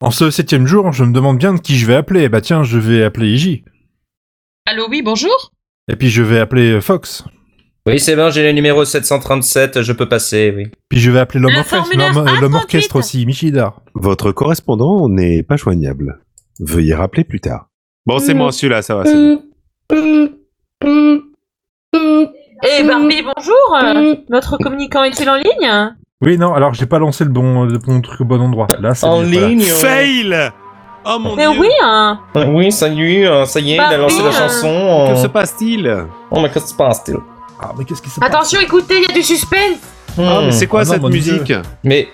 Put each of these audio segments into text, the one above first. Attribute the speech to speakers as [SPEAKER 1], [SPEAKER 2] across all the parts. [SPEAKER 1] En ce septième jour, je me demande bien de qui je vais appeler. Bah tiens, je vais appeler Iji.
[SPEAKER 2] Allô, oui, bonjour
[SPEAKER 1] Et puis je vais appeler euh, Fox.
[SPEAKER 3] Oui, c'est bon, j'ai le numéro 737, je peux passer, oui.
[SPEAKER 1] Puis je vais appeler l'homme
[SPEAKER 2] Le
[SPEAKER 1] orchestre,
[SPEAKER 2] formulaire
[SPEAKER 1] l'homme- euh, l'homme
[SPEAKER 2] A38.
[SPEAKER 1] orchestre aussi, Michidar.
[SPEAKER 4] Votre correspondant n'est pas joignable. Veuillez rappeler plus tard. Bon, c'est
[SPEAKER 5] Mm.
[SPEAKER 4] moi celui-là, ça va. c'est bon.
[SPEAKER 5] Bonjour.
[SPEAKER 2] Eh,
[SPEAKER 4] Mm.
[SPEAKER 2] Barbie, bonjour euh, Votre communicant est-il en ligne
[SPEAKER 1] Oui, non, alors j'ai pas lancé le bon, euh, le bon truc au bon endroit. Là, c'est
[SPEAKER 3] En
[SPEAKER 1] bien, voilà.
[SPEAKER 3] ligne
[SPEAKER 4] Fail Oh mon
[SPEAKER 2] Mais
[SPEAKER 4] dieu
[SPEAKER 2] oui, hein
[SPEAKER 3] euh, Oui, salut, euh, ça y est, il a lancé la
[SPEAKER 2] Barbie, euh,
[SPEAKER 3] chanson.
[SPEAKER 4] Que se
[SPEAKER 3] euh,
[SPEAKER 4] passe-t-il
[SPEAKER 3] Oh, mais qu'est-ce qui se passe-t-il
[SPEAKER 1] Ah, mais qu'est-ce qui se passe
[SPEAKER 2] Attention, écoutez, il y a du suspense
[SPEAKER 4] Ah, mais
[SPEAKER 3] Hmm.
[SPEAKER 4] c'est quoi
[SPEAKER 1] Ah non,
[SPEAKER 4] cette
[SPEAKER 1] mon Dieu.
[SPEAKER 4] musique
[SPEAKER 3] Mais.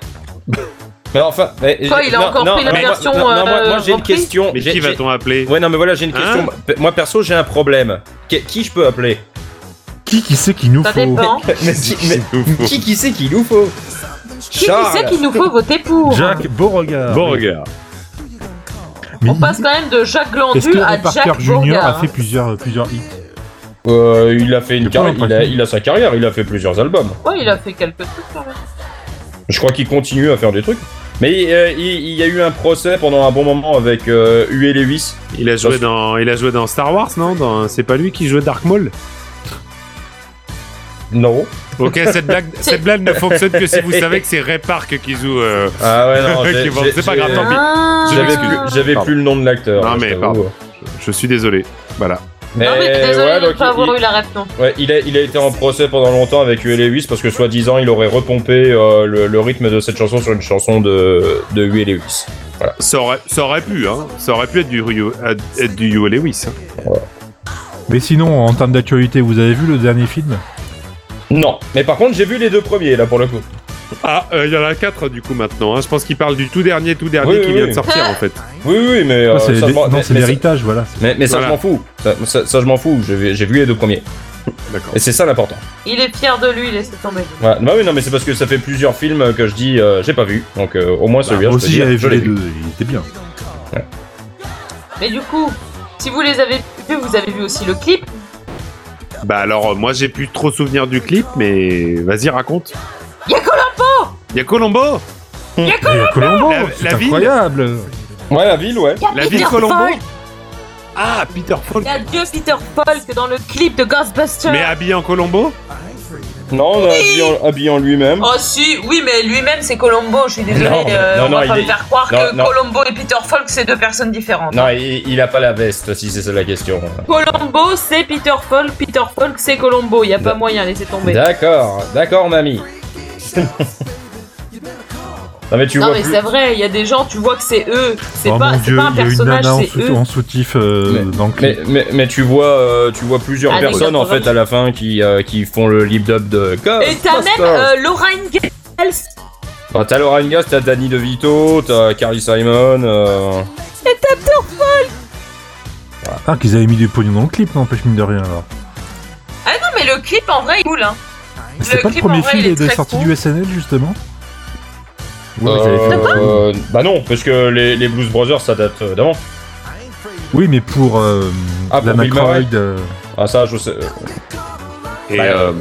[SPEAKER 3] Mais enfin. Mais,
[SPEAKER 2] Quoi, il a
[SPEAKER 3] non,
[SPEAKER 2] encore
[SPEAKER 3] non,
[SPEAKER 2] pris la
[SPEAKER 3] mais moi-
[SPEAKER 2] version,
[SPEAKER 3] Non, non, moi,
[SPEAKER 2] euh,
[SPEAKER 3] moi, j'ai une
[SPEAKER 2] reprise
[SPEAKER 3] question.
[SPEAKER 4] Mais
[SPEAKER 3] J'ai-
[SPEAKER 4] qui Hein?
[SPEAKER 3] j'ai-
[SPEAKER 4] va-t-on appeler
[SPEAKER 3] Ouais, non, mais voilà, j'ai une question. Pe- Moi, perso, j'ai un problème. Que- Qui je peux appeler
[SPEAKER 1] Qui qui sait qu'il nous
[SPEAKER 2] Ça
[SPEAKER 1] faut
[SPEAKER 2] dépend.
[SPEAKER 3] Mais qui, mais- qui, qui c'est qu'il nous faut
[SPEAKER 2] Qui qui sait qu'il nous faut voter pour
[SPEAKER 1] Jacques Beauregard.
[SPEAKER 4] Bon, regarde.
[SPEAKER 1] Mais
[SPEAKER 2] On passe quand même de Jacques
[SPEAKER 1] Est-ce
[SPEAKER 2] Glandu
[SPEAKER 1] que
[SPEAKER 2] à
[SPEAKER 1] Ray Parker
[SPEAKER 2] Jack
[SPEAKER 1] Jr.
[SPEAKER 2] Bourgard,
[SPEAKER 1] a fait
[SPEAKER 2] hein.
[SPEAKER 1] plusieurs, euh, plusieurs hits
[SPEAKER 3] Euh, il a fait
[SPEAKER 1] J'ai
[SPEAKER 3] une
[SPEAKER 1] pas
[SPEAKER 3] carrière, il a,
[SPEAKER 1] l'impression.
[SPEAKER 3] il a sa carrière, il a fait plusieurs albums.
[SPEAKER 2] Ouais, Oh, il a fait quelques trucs quand même.
[SPEAKER 3] Je crois qu'il continue à faire des trucs. Mais euh, il, il y a eu un procès pendant un bon moment avec euh, Huey Lewis.
[SPEAKER 4] Il a joué dans, il a joué dans Star Wars, non Dans- C'est pas lui qui jouait Dark Maul
[SPEAKER 3] Non.
[SPEAKER 4] Ok, cette blague, cette blague ne fonctionne que si vous savez que c'est Ray Park qui joue. euh,
[SPEAKER 3] Ah ouais, non.
[SPEAKER 4] Ok,
[SPEAKER 3] j'ai-
[SPEAKER 4] bon,
[SPEAKER 3] j'ai-
[SPEAKER 4] c'est pas
[SPEAKER 3] j'ai-
[SPEAKER 4] grave, tant pis.
[SPEAKER 2] Ah.
[SPEAKER 4] Je
[SPEAKER 3] J'avais
[SPEAKER 4] m'excuse.
[SPEAKER 3] plus, j'avais
[SPEAKER 4] Pardon.
[SPEAKER 3] plus le nom de l'acteur.
[SPEAKER 4] Non,
[SPEAKER 3] je
[SPEAKER 4] mais
[SPEAKER 3] t'avoue.
[SPEAKER 4] pardon. Je suis désolé. Voilà.
[SPEAKER 3] Mais,
[SPEAKER 2] Non, mais désolé
[SPEAKER 3] Eh, ouais,
[SPEAKER 2] de ne
[SPEAKER 3] donc
[SPEAKER 2] pas
[SPEAKER 3] il-
[SPEAKER 2] avoir eu la réponse.
[SPEAKER 3] Ouais, il a, il a été en procès pendant longtemps avec Huey Lewis parce que soi-disant il aurait repompé euh, le, le rythme de cette chanson sur une chanson de, de Huey Lewis.
[SPEAKER 4] Ça aurait, ça aurait pu, hein. Ça aurait pu être du Rio, être du Huey Lewis. hein.
[SPEAKER 1] Mais sinon, en termes d'actualité, vous avez vu le dernier film
[SPEAKER 3] Non, mais par contre j'ai vu les deux premiers là pour le coup.
[SPEAKER 4] Ah, euh, il y en a quatre du coup maintenant. hein. Je pense qu'il parle du tout dernier, tout dernier
[SPEAKER 3] Oui,
[SPEAKER 4] qui
[SPEAKER 3] oui,
[SPEAKER 4] vient
[SPEAKER 3] oui.
[SPEAKER 4] de sortir en fait.
[SPEAKER 3] Oui, oui, mais. euh,
[SPEAKER 1] Ah, c'est
[SPEAKER 3] ça,
[SPEAKER 1] l'hé-
[SPEAKER 3] je m'en-
[SPEAKER 1] Non,
[SPEAKER 3] mais-
[SPEAKER 1] c'est
[SPEAKER 3] mais ça-
[SPEAKER 1] l'héritage, voilà. c'est-
[SPEAKER 3] Mais, mais ça
[SPEAKER 4] Voilà.
[SPEAKER 3] je m'en fous. Ça, ça- ça, je m'en fous. J'ai vu j'ai vu les deux premiers.
[SPEAKER 4] D'accord.
[SPEAKER 3] Et c'est ça l'important.
[SPEAKER 2] Il est fier de lui, laissez tomber.
[SPEAKER 3] Voilà. Bah oui, non, mais c'est parce que ça fait plusieurs films que je dis euh, j'ai pas vu. Donc euh, au moins
[SPEAKER 1] Bah,
[SPEAKER 3] celui-là.
[SPEAKER 1] Moi
[SPEAKER 3] je peux
[SPEAKER 1] aussi,
[SPEAKER 3] dire,
[SPEAKER 1] j'avais
[SPEAKER 3] je
[SPEAKER 1] vu
[SPEAKER 3] l'ai
[SPEAKER 1] les deux, il était bien.
[SPEAKER 2] Mais du coup, si vous les avez vus, vous avez vu aussi le clip.
[SPEAKER 4] Bah alors, euh, moi j'ai plus trop souvenir du clip, mais vas-y raconte.
[SPEAKER 2] Y'a
[SPEAKER 4] Y'a Colombo
[SPEAKER 2] Y'a
[SPEAKER 1] Et Colombo,
[SPEAKER 4] La-
[SPEAKER 1] c'est
[SPEAKER 4] la ville
[SPEAKER 1] incroyable
[SPEAKER 3] Ouais, la ville, ouais.
[SPEAKER 2] Y'a
[SPEAKER 4] La
[SPEAKER 2] Peter
[SPEAKER 4] ville Colombo
[SPEAKER 2] Falk
[SPEAKER 4] Ah, Peter Falk
[SPEAKER 2] Y'a Dieu Peter Falk dans le clip de Ghostbusters
[SPEAKER 4] Mais habillé en Colombo
[SPEAKER 3] Non, on l'a habillé en- habillé en lui-même.
[SPEAKER 2] Oh si, oui mais lui-même c'est Colombo, je suis désolée,
[SPEAKER 3] Non,
[SPEAKER 2] euh,
[SPEAKER 3] non,
[SPEAKER 2] on va
[SPEAKER 3] non,
[SPEAKER 2] pas
[SPEAKER 3] il
[SPEAKER 2] me
[SPEAKER 3] est-
[SPEAKER 2] faire croire
[SPEAKER 3] non,
[SPEAKER 2] que
[SPEAKER 3] non.
[SPEAKER 2] Colombo et Peter Falk c'est deux personnes différentes.
[SPEAKER 3] Non, il, il a pas la veste si c'est ça la question.
[SPEAKER 2] Colombo c'est Peter Falk, Peter Falk c'est Colombo, y a pas
[SPEAKER 3] Da-
[SPEAKER 2] moyen, laissez tomber.
[SPEAKER 3] D'accord, d'accord, mamie. non, mais tu
[SPEAKER 2] non
[SPEAKER 3] vois.
[SPEAKER 2] mais
[SPEAKER 3] plus-
[SPEAKER 2] c'est vrai, y a des gens, tu vois que c'est eux, c'est
[SPEAKER 1] Oh mon
[SPEAKER 2] pas, c'est
[SPEAKER 1] dieu,
[SPEAKER 2] pas un
[SPEAKER 1] il y a une
[SPEAKER 2] personnage,
[SPEAKER 1] nana en,
[SPEAKER 2] c'est
[SPEAKER 1] sou-
[SPEAKER 2] eux.
[SPEAKER 1] en soutif euh, dans le
[SPEAKER 3] Mais,
[SPEAKER 1] clip.
[SPEAKER 3] mais, mais tu vois, euh, tu vois plusieurs
[SPEAKER 2] Anecdote
[SPEAKER 3] personnes en fait
[SPEAKER 2] aujourd'hui.
[SPEAKER 3] à la fin qui, euh, qui font le lip dub de Ghost.
[SPEAKER 2] Et t'as même euh, Laura Ingalls, et
[SPEAKER 3] Enfin, t'as Laura Ingalls, t'as Danny DeVito, t'as Carly Simon. euh,
[SPEAKER 2] t'as Peter
[SPEAKER 1] Ah, qu'ils avaient mis du pognon dans le clip, n'empêche mine de rien alors.
[SPEAKER 2] Ah non mais le clip en vrai il est cool hein.
[SPEAKER 1] Mais C'est
[SPEAKER 2] Le
[SPEAKER 1] pas le
[SPEAKER 2] clip,
[SPEAKER 1] premier
[SPEAKER 2] en vrai,
[SPEAKER 1] film
[SPEAKER 2] il est
[SPEAKER 1] des
[SPEAKER 2] très
[SPEAKER 1] sorties
[SPEAKER 2] cool.
[SPEAKER 1] du SNL justement Ouais, ils avaient fait-
[SPEAKER 3] euh, Bah non, parce que les, les Blues Brothers ça date euh, d'avant.
[SPEAKER 1] Oui, mais pour euh,
[SPEAKER 3] Ah, pour
[SPEAKER 1] la
[SPEAKER 3] Bill Murray.
[SPEAKER 1] McCroyd, euh,
[SPEAKER 3] Ah ça, je sais. euh,
[SPEAKER 4] Et
[SPEAKER 3] bah,
[SPEAKER 4] euh,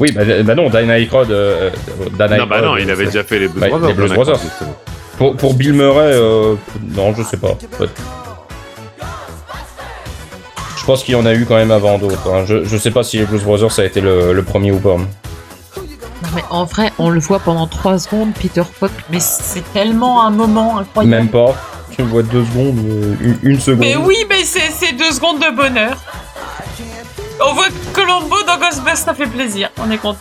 [SPEAKER 3] Oui, bah, bah non, Dan Aykroyd. euh, euh, Dan
[SPEAKER 4] Non, bah
[SPEAKER 3] Aykroyd,
[SPEAKER 4] non, il avait
[SPEAKER 3] c'est-
[SPEAKER 4] déjà fait les Blues
[SPEAKER 3] Ouais,
[SPEAKER 4] Brothers.
[SPEAKER 3] les Blues
[SPEAKER 4] bien d'accord,
[SPEAKER 3] Brothers.
[SPEAKER 4] justement.
[SPEAKER 3] Pour, pour Bill Murray, euh, non, je sais pas. Ouais. Je pense qu'il y en a eu quand même avant d'autres. hein. Je, je sais pas si les Blues Brothers ça a été le, le premier ou pas.
[SPEAKER 2] Non mais en vrai, on le voit pendant 3 secondes, Peter Falk, mais c'est tellement un moment incroyable.
[SPEAKER 3] Même pas. Tu vois deux secondes, euh, une, une seconde.
[SPEAKER 2] Mais oui, mais c'est c'est deux secondes de bonheur. On voit Colombo dans Ghostbusters, ça fait plaisir, on est content.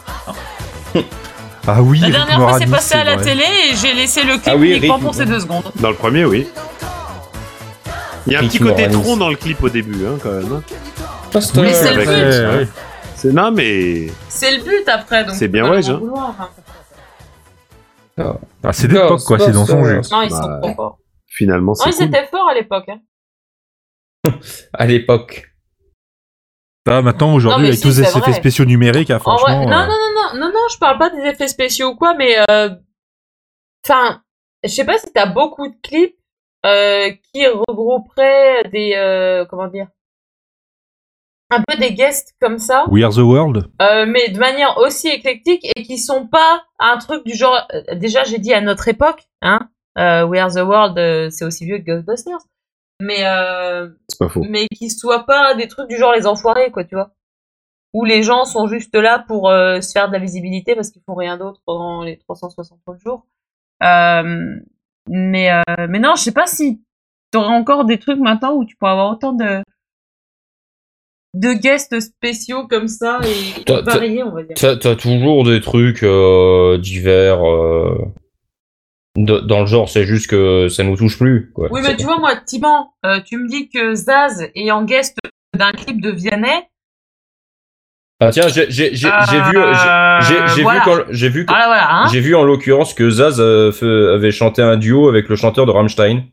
[SPEAKER 1] Ah oui,
[SPEAKER 2] La
[SPEAKER 1] Rick
[SPEAKER 2] dernière fois, c'est
[SPEAKER 1] Moranis,
[SPEAKER 2] passé à la
[SPEAKER 1] vrai.
[SPEAKER 2] télé et j'ai laissé le clip
[SPEAKER 3] Ah oui,
[SPEAKER 2] uniquement
[SPEAKER 3] Rick-
[SPEAKER 2] pour ces deux secondes.
[SPEAKER 4] Dans le premier, oui. Il y a un
[SPEAKER 3] Ricky
[SPEAKER 4] petit côté
[SPEAKER 3] Moranis.
[SPEAKER 4] tronc dans le clip au début, hein, quand même. hein.
[SPEAKER 3] Foster.
[SPEAKER 2] Mais c'est le
[SPEAKER 4] Avec-
[SPEAKER 2] but.
[SPEAKER 4] ouais, ouais. C'est- Non, mais.
[SPEAKER 2] C'est le but après, donc.
[SPEAKER 4] C'est
[SPEAKER 2] faut
[SPEAKER 4] bien
[SPEAKER 2] pas
[SPEAKER 4] ouais,
[SPEAKER 2] leur en
[SPEAKER 4] hein.
[SPEAKER 2] vouloir.
[SPEAKER 1] Ah, c'est d'époque quoi, c'est dans son jeu.
[SPEAKER 2] Non, ils sont
[SPEAKER 4] Bah,
[SPEAKER 2] trop forts.
[SPEAKER 4] Finalement,
[SPEAKER 2] Non,
[SPEAKER 4] c'est.
[SPEAKER 2] ils
[SPEAKER 4] cool.
[SPEAKER 2] étaient forts à l'époque. hein.
[SPEAKER 3] À l'époque.
[SPEAKER 1] Ah, maintenant
[SPEAKER 2] Non, mais
[SPEAKER 1] aujourd'hui, avec
[SPEAKER 2] si,
[SPEAKER 1] tous ces
[SPEAKER 2] c'est
[SPEAKER 1] effets
[SPEAKER 2] vrai.
[SPEAKER 1] spéciaux numériques, ah,
[SPEAKER 2] En vrai,
[SPEAKER 1] franchement.
[SPEAKER 2] non, non, non, non, non, non, je parle pas des effets spéciaux ou quoi, mais euh, enfin, je sais pas si t'as beaucoup de clips euh, qui regrouperaient des euh, comment dire, un peu des guests comme ça,
[SPEAKER 1] euh, We Are the World.
[SPEAKER 2] euh, mais de manière aussi éclectique et qui sont pas un truc du genre. euh, déjà, j'ai dit à notre époque, hein, euh, We Are the World, euh, c'est aussi vieux que Ghostbusters. Mais, euh,
[SPEAKER 4] C'est pas faux.
[SPEAKER 2] mais qu'ils soient pas des trucs du genre les enfoirés, quoi, tu vois. Où les gens sont juste là pour euh, se faire de la visibilité parce qu'ils font rien d'autre pendant les 360 autres jours. Euh, mais, euh, mais non, je sais pas si t'aurais encore des trucs maintenant où tu pourrais avoir autant de de guests spéciaux comme ça et
[SPEAKER 3] T'as- t'as-
[SPEAKER 2] variés, on va dire.
[SPEAKER 3] T'as t'as toujours des trucs euh, divers euh, de- dans le genre, c'est juste que ça nous touche plus. Quoi.
[SPEAKER 2] Oui, mais tu vois, moi, Tiban, euh, tu me dis que Zaz est en guest d'un clip de Vianney.
[SPEAKER 3] Ah tiens, j'ai j'ai- j'ai- j'ai vu, euh, j'ai- j'ai- j'ai vu quand- j'ai vu, quand-
[SPEAKER 2] Euh, Voilà, voilà, hein.
[SPEAKER 3] j'ai vu en l'occurrence que Zaz euh, fe- avait chanté un duo avec le chanteur de Rammstein.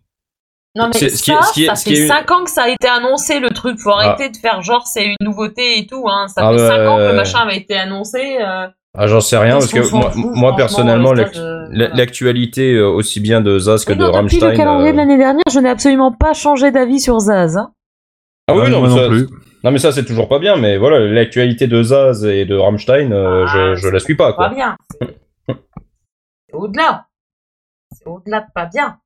[SPEAKER 2] Non, mais
[SPEAKER 3] c'est-
[SPEAKER 2] ça,
[SPEAKER 3] ce qui est- ce qui est-
[SPEAKER 2] ça
[SPEAKER 3] ce qui
[SPEAKER 2] fait
[SPEAKER 3] est-
[SPEAKER 2] 5 ans que ça a été annoncé, le truc. Faut arrêter de faire genre, c'est une nouveauté et tout, hein. Ça
[SPEAKER 3] Ah,
[SPEAKER 2] fait 5
[SPEAKER 3] ouais,
[SPEAKER 2] ans que
[SPEAKER 3] ouais,
[SPEAKER 2] le
[SPEAKER 3] ouais.
[SPEAKER 2] machin avait été annoncé. euh,
[SPEAKER 3] Ah, j'en sais rien
[SPEAKER 2] on
[SPEAKER 3] parce que
[SPEAKER 2] s'en
[SPEAKER 3] moi,
[SPEAKER 2] fout,
[SPEAKER 3] moi
[SPEAKER 2] franchement,
[SPEAKER 3] personnellement,
[SPEAKER 2] ça,
[SPEAKER 3] l'act-
[SPEAKER 2] je-
[SPEAKER 3] la-
[SPEAKER 2] voilà.
[SPEAKER 3] l'actualité euh, aussi bien de Zaz que
[SPEAKER 2] Oui,
[SPEAKER 3] de
[SPEAKER 2] non, depuis
[SPEAKER 3] Rammstein.
[SPEAKER 2] le calendrier
[SPEAKER 3] euh,
[SPEAKER 2] de l'année dernière, je n'ai absolument pas changé d'avis sur Zaz. hein.
[SPEAKER 3] Ah oui, non,
[SPEAKER 1] moi
[SPEAKER 3] mais ça-
[SPEAKER 1] non plus.
[SPEAKER 3] non, mais ça c'est toujours pas bien, mais voilà, l'actualité de Zaz et de Rammstein, euh,
[SPEAKER 2] Ah,
[SPEAKER 3] je, je la suis pas.
[SPEAKER 2] Pas
[SPEAKER 3] Quoi.
[SPEAKER 2] bien. C'est c'est au-delà. C'est au-delà de pas bien.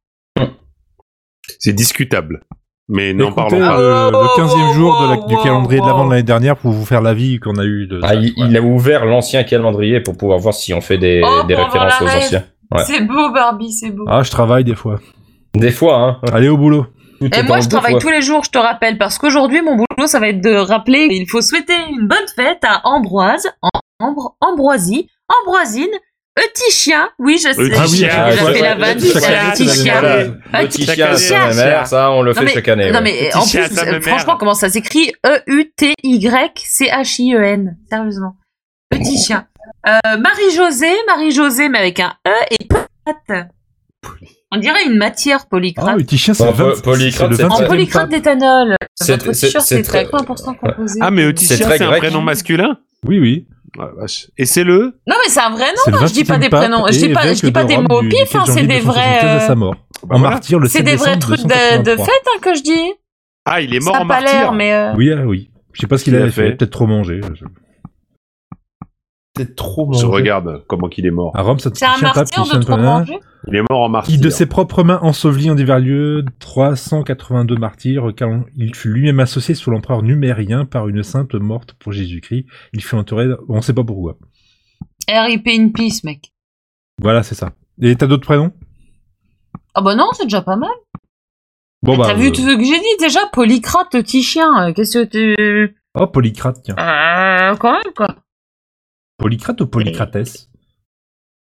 [SPEAKER 4] C'est discutable. Mais n'en
[SPEAKER 1] Écoutez,
[SPEAKER 4] parlons
[SPEAKER 3] euh,
[SPEAKER 4] pas.
[SPEAKER 1] le,
[SPEAKER 2] Ah,
[SPEAKER 1] le 15e
[SPEAKER 2] wow,
[SPEAKER 1] jour de la-
[SPEAKER 2] wow,
[SPEAKER 1] du
[SPEAKER 2] wow,
[SPEAKER 1] calendrier de l'avant
[SPEAKER 2] wow.
[SPEAKER 1] de l'année dernière pour vous faire l'avis qu'on a eu de.
[SPEAKER 3] Ah, il, il a ouvert l'ancien calendrier pour pouvoir voir si on fait des,
[SPEAKER 2] Oh,
[SPEAKER 3] des
[SPEAKER 2] pour
[SPEAKER 3] références
[SPEAKER 2] avoir
[SPEAKER 3] aux
[SPEAKER 2] la rêve.
[SPEAKER 3] anciens. Ouais.
[SPEAKER 2] C'est beau, Barbie, c'est beau.
[SPEAKER 1] Ah, je travaille des fois.
[SPEAKER 3] Des fois, hein.
[SPEAKER 1] Allez au boulot.
[SPEAKER 3] tout est
[SPEAKER 2] Et Eh, moi,
[SPEAKER 3] dans
[SPEAKER 2] je
[SPEAKER 3] le bon
[SPEAKER 2] travaille
[SPEAKER 3] fois.
[SPEAKER 2] tous les jours, je te rappelle, parce qu'aujourd'hui, mon boulot, ça va être de rappeler qu'il faut souhaiter une bonne fête à Ambroise, Am- Ambro- Ambroisie, Ambroisine, Eutychien, oui, je sais,
[SPEAKER 4] Ah oui,
[SPEAKER 2] j'ai déjà
[SPEAKER 4] ah, c'est
[SPEAKER 2] fait
[SPEAKER 4] vrai,
[SPEAKER 2] la Ah, vanne,
[SPEAKER 4] Eutychien,
[SPEAKER 2] c'est
[SPEAKER 4] Eutychien,
[SPEAKER 2] Eutychien.
[SPEAKER 4] voilà.
[SPEAKER 3] Petit
[SPEAKER 4] Chaque
[SPEAKER 3] chien,
[SPEAKER 4] année,
[SPEAKER 3] c'est ma
[SPEAKER 4] ouais.
[SPEAKER 3] mère, ça, on le
[SPEAKER 2] Non,
[SPEAKER 3] fait
[SPEAKER 2] mais-
[SPEAKER 3] chaque année.
[SPEAKER 2] Non
[SPEAKER 3] ouais.
[SPEAKER 2] mais en plus,
[SPEAKER 5] Eutychien, ça,
[SPEAKER 2] euh,
[SPEAKER 5] ma mère.
[SPEAKER 2] franchement, comment ça s'écrit E-U-T-Y-C-H-I-E-N, E sérieusement. Eutychien. Euh, Marie-Josée, Marie-Josée, mais avec un E et pâte. On dirait une matière
[SPEAKER 1] Ah,
[SPEAKER 2] polycrate.
[SPEAKER 1] oui, Tichien, c'est
[SPEAKER 3] Bah,
[SPEAKER 1] le 20
[SPEAKER 3] po- polycrate,
[SPEAKER 1] c'est le
[SPEAKER 3] c'est-
[SPEAKER 1] 27e
[SPEAKER 2] En
[SPEAKER 3] Ouais.
[SPEAKER 2] polycrate
[SPEAKER 1] pape.
[SPEAKER 2] d'éthanol.
[SPEAKER 3] C'est-
[SPEAKER 2] Votre
[SPEAKER 3] c'est-
[SPEAKER 2] t-shirt
[SPEAKER 3] c'est
[SPEAKER 2] est à
[SPEAKER 3] très-
[SPEAKER 2] 20% composé.
[SPEAKER 4] Ah, mais
[SPEAKER 2] de-
[SPEAKER 4] Eutychien,
[SPEAKER 3] C'est très
[SPEAKER 4] c'est un
[SPEAKER 3] grec.
[SPEAKER 4] prénom masculin
[SPEAKER 1] Oui, oui.
[SPEAKER 4] Ah, vache. Et c'est le
[SPEAKER 2] Non, mais c'est un vrai
[SPEAKER 1] C'est
[SPEAKER 2] nom,
[SPEAKER 1] le
[SPEAKER 2] hein, je dis pas
[SPEAKER 1] 28e
[SPEAKER 2] des
[SPEAKER 1] pape
[SPEAKER 2] prénoms, je
[SPEAKER 1] et
[SPEAKER 2] dis pas, je
[SPEAKER 1] évêque
[SPEAKER 2] dis pas
[SPEAKER 1] de
[SPEAKER 2] des
[SPEAKER 1] Rome
[SPEAKER 2] mots au
[SPEAKER 1] du
[SPEAKER 2] pif, hein,
[SPEAKER 1] 15
[SPEAKER 2] c'est
[SPEAKER 1] janvier
[SPEAKER 2] des
[SPEAKER 1] 276 à
[SPEAKER 2] vrais,
[SPEAKER 1] sa
[SPEAKER 2] euh,
[SPEAKER 1] mort.
[SPEAKER 4] Bah
[SPEAKER 1] En
[SPEAKER 4] voilà.
[SPEAKER 1] martyr le
[SPEAKER 2] c'est
[SPEAKER 1] 7
[SPEAKER 2] des vrais
[SPEAKER 1] décembre
[SPEAKER 2] trucs de, de
[SPEAKER 1] 283.
[SPEAKER 2] fête hein, que je dis.
[SPEAKER 4] Ah, il est mort
[SPEAKER 2] Ça
[SPEAKER 4] en
[SPEAKER 2] a pas l'air,
[SPEAKER 4] martyr.
[SPEAKER 2] mais euh,
[SPEAKER 1] Oui, ah oui. Je sais pas ce qu'il
[SPEAKER 4] Qu'il a
[SPEAKER 1] avait fait.
[SPEAKER 4] fait.
[SPEAKER 1] Peut-être trop mangé. Je-
[SPEAKER 3] T'es trop
[SPEAKER 4] Je regarde comment qu'il est mort.
[SPEAKER 1] À Rome, ça
[SPEAKER 2] c'est un
[SPEAKER 1] Tichien pape
[SPEAKER 2] martyr de
[SPEAKER 1] Tichien
[SPEAKER 2] trop
[SPEAKER 1] Panin,
[SPEAKER 2] manger.
[SPEAKER 4] Ah. Il est mort en martyr.
[SPEAKER 1] Qui de ses propres mains ensevelit en divers lieux 382 martyrs, car on- il fut lui-même associé sous l'empereur numérien par une sainte morte pour Jésus-Christ. Il fut entouré, on sait pas pourquoi.
[SPEAKER 2] RIP in peace, mec.
[SPEAKER 1] Voilà, c'est ça. Et t'as d'autres prénoms
[SPEAKER 2] Ah bah non, c'est déjà pas mal.
[SPEAKER 1] Bon
[SPEAKER 2] Ah, T'as
[SPEAKER 1] euh,
[SPEAKER 2] vu tout ce que j'ai dit déjà Polycrate, Eutychien, euh, qu'est-ce que tu...
[SPEAKER 1] Oh, Polycrate, tiens.
[SPEAKER 2] Euh, quand même, quoi.
[SPEAKER 1] Polycrate ou
[SPEAKER 2] Eh.
[SPEAKER 1] Polycrates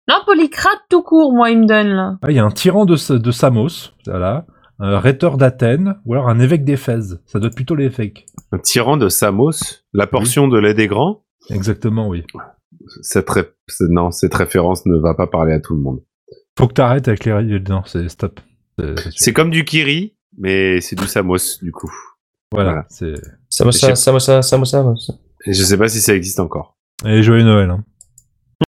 [SPEAKER 2] Non, Polycrate tout court, moi, il me donne, là.
[SPEAKER 1] Ah, il y a un tyran de, Sa- de Samos, voilà. Un rhéteur d'Athènes, ou alors un évêque d'Éphèse. Ça doit être plutôt les évêques.
[SPEAKER 4] Un tyran de Samos, la portion de lait des grands.
[SPEAKER 1] Exactement, oui.
[SPEAKER 4] Cette ré- c'est- Non, cette référence ne va pas parler à tout le monde.
[SPEAKER 1] Faut que t'arrêtes avec les... Non, c'est stop. C'est- c'est-
[SPEAKER 4] C'est comme du kiri, mais c'est du Samos, du coup.
[SPEAKER 1] Voilà.
[SPEAKER 4] voilà.
[SPEAKER 1] c'est...
[SPEAKER 3] Samosa,
[SPEAKER 4] Je sais-
[SPEAKER 3] samosa, samosa. samosa.
[SPEAKER 4] Et je sais pas si ça existe encore.
[SPEAKER 1] Et joyeux Noël. hein.